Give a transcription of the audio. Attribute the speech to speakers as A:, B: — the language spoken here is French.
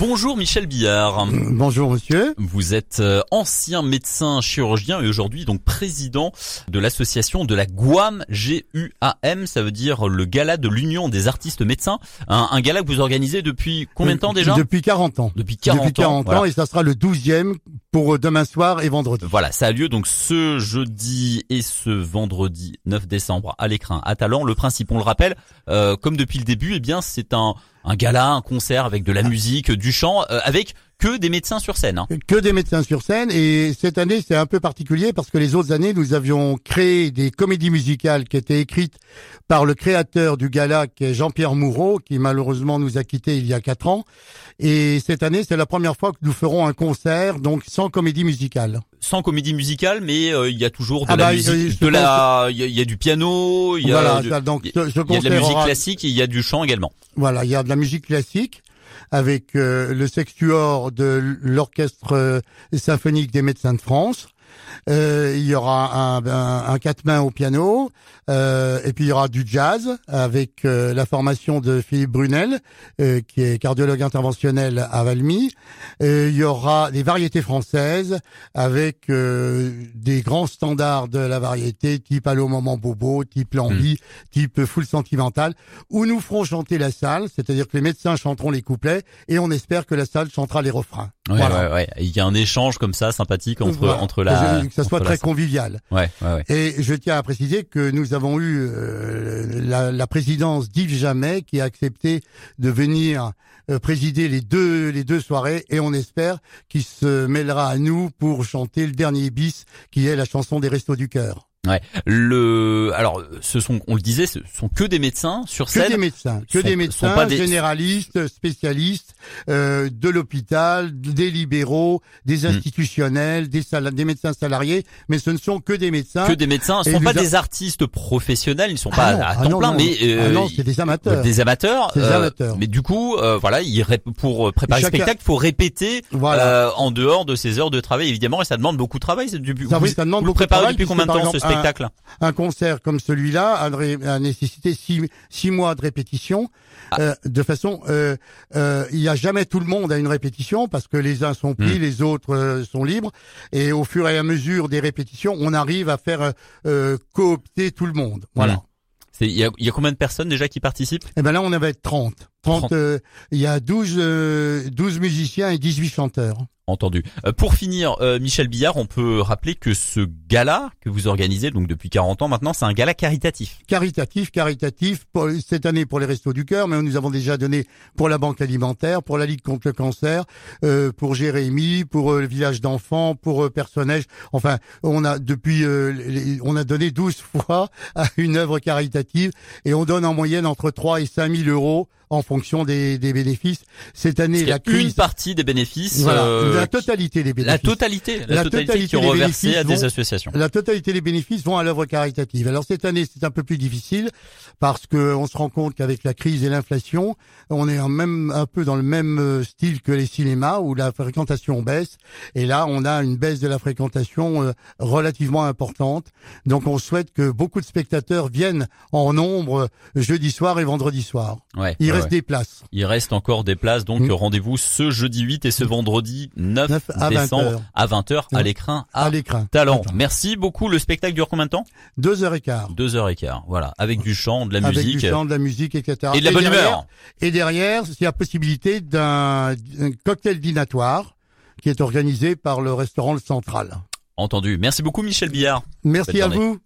A: Bonjour Michel Billard.
B: Bonjour monsieur.
A: Vous êtes euh, ancien médecin chirurgien et aujourd'hui donc président de l'association de la Guam G-U-A-M, ça veut dire le gala de l'Union des artistes médecins, un, un gala que vous organisez depuis combien de temps déjà
B: Depuis 40 ans.
A: Depuis 40
B: Depuis 40 ans,
A: voilà.
B: et ça sera le 12e pour euh, demain soir et vendredi.
A: Voilà, ça a lieu donc ce jeudi et ce vendredi 9 décembre à l'écrin à Talent. Le principe, on le rappelle, euh, comme depuis le début, eh bien c'est un un gala, un concert avec de la musique, du chant, euh, avec que des médecins sur scène. hein.
B: Que des médecins sur scène et cette année c'est un peu particulier parce que les autres années nous avions créé des comédies musicales qui étaient écrites par le créateur du gala qui est Jean-Pierre Moureau qui malheureusement nous a quittés il y a quatre ans et cette année c'est la première fois que nous ferons un concert donc sans comédie musicale.
A: Sans comédie musicale, mais euh, il y a toujours de
B: Ah
A: la
B: bah,
A: musique,
B: euh, je
A: de la, il y, a- il y a du piano, il y a,
B: voilà,
A: du-
B: ça, donc
A: il y
B: ce, ce
A: il y a de la
B: concert
A: musique
B: aura-
A: classique et il y a du chant également.
B: Voilà, il y a de la musique classique avec euh, le sextuor de l'orchestre euh, symphonique des médecins de France. Euh, il y aura un, un, un quatre mains au piano euh, et puis il y aura du jazz avec euh, la formation de Philippe Brunel euh, qui est cardiologue interventionnel à Valmy. Euh, il y aura des variétés françaises avec euh, des grands standards de la variété type Allô Moment Bobo, type Lambie,
A: Hmm.
B: type Full Sentimental où nous ferons chanter la salle, c'est-à-dire que les médecins chanteront les couplets et on espère que la salle chantera les refrains.
A: Ouais,
B: Voilà.
A: ouais, ouais. Il y a un échange comme ça sympathique entre
B: Voilà.
A: entre la.
B: que ça soit
A: entre
B: très
A: la-
B: convivial.
A: Ouais, ouais, ouais.
B: Et je tiens à préciser que nous avons eu euh, la, la présidence d'Yves Jamais qui a accepté de venir euh, présider les deux les deux soirées et on espère qu'il se mêlera à nous pour chanter le dernier bis qui est la chanson des Restos du cœur.
A: Le, alors, ce sont, on le disait, ce sont que des médecins sur
B: Que
A: scène.
B: des médecins, que
A: sont-
B: des
A: sont
B: médecins,
A: pas des-
B: généralistes, spécialistes euh, de l'hôpital, des libéraux,
A: Hmm.
B: des institutionnels, des, sala- des médecins salariés, mais ce ne sont que des médecins.
A: que des médecins. Ce
B: Et
A: ne sont
B: les
A: pas
B: a-
A: des artistes professionnels, ils ne sont
B: Ah
A: pas
B: non,
A: à
B: ah
A: temps
B: non,
A: plein,
B: non,
A: mais
B: ah
A: euh,
B: non, c'est des amateurs.
A: des amateurs.
B: C'est des
A: euh,
B: amateurs.
A: Mais du coup, euh, voilà, ils ré- pour euh, préparer le
B: Chacun-
A: spectacle, faut répéter
B: Voilà.
A: euh, en dehors de ces heures de travail, évidemment, et ça demande beaucoup de travail. c'est Du,
B: Ça,
A: Euh, vous,
B: oui, ça demande
A: vous le
B: beaucoup de
A: préparez
B: travail,
A: depuis combien de temps
B: puisque, par
A: ce
B: exemple, un-
A: spectacle
B: Un concert comme celui-là a, ré- a nécessité six, six mois de répétition.
A: Ah.
B: euh, de façon, euh, euh, il n'y a jamais tout le monde à une répétition parce que les uns sont
A: Hmm.
B: pris, les autres euh, sont libres. Et au fur et à mesure des répétitions, on arrive à faire euh, euh, coopter tout le monde. Voilà.
A: Mm. C'est- Il y a, il y a combien de personnes déjà qui participent
B: Et ben là, on avait 30. 30,
A: 30.
B: euh, il y a 12, euh, 12 musiciens et 18 chanteurs.
A: Entendu. Euh, pour finir, euh, Michel Billard, on peut rappeler que ce gala que vous organisez donc depuis 40 ans maintenant, c'est un gala caritatif.
B: Caritatif, caritatif, pour, cette année pour les Restos du Cœur, mais nous avons déjà donné pour la Banque Alimentaire, pour la Ligue contre le Cancer, euh, pour Jérémy, pour euh, le Village d'Enfants, pour euh, Personnage. Enfin, on a depuis, euh, les- on a donné 12 fois à une œuvre caritative et on donne en moyenne entre 3 et 5 000 euros en fonction des, des bénéfices. Cette année,
A: Il y a
B: la
A: une
B: crise...
A: partie des bénéfices
B: Voilà,
A: euh,
B: la
A: qui-
B: totalité des bénéfices.
A: La totalité, la,
B: La
A: totalité,
B: totalité
A: qui est
B: des
A: reversée
B: bénéfices
A: à des
B: vont-
A: associations.
B: La totalité des bénéfices vont à l'œuvre caritative. Alors cette année, c'est un peu plus difficile parce que on se rend compte qu'avec la crise et l'inflation, on est en même un peu dans le même euh, style que les cinémas où la fréquentation baisse et là, on a une baisse de la fréquentation euh, relativement importante. Donc on souhaite que beaucoup de spectateurs viennent en nombre euh, jeudi soir et vendredi soir.
A: Ouais,
B: Il
A: ouais,
B: reste
A: ouais.
B: des places.
A: Il reste encore des places, donc
B: Mm.
A: rendez-vous ce jeudi 8 et ce vendredi 9,
B: 9 à 20
A: décembre
B: heures.
A: à 20h à
B: Mm.
A: l'écrin à
B: À l'écran.
A: Talent. Merci beaucoup. Le spectacle dure combien de temps
B: Deux heures et quart.
A: Deux heures et quart. Voilà, avec du chant, de la
B: Avec
A: musique
B: du chant, de la musique, etc.
A: et de la bonne
B: derrière,
A: humeur.
B: Et derrière, il y a possibilité d'un d'un cocktail dînatoire qui est organisé par le restaurant Le Central.
A: Entendu. Merci beaucoup, Michel Billard.
B: Merci
A: Bonne
B: à
A: journée.
B: vous.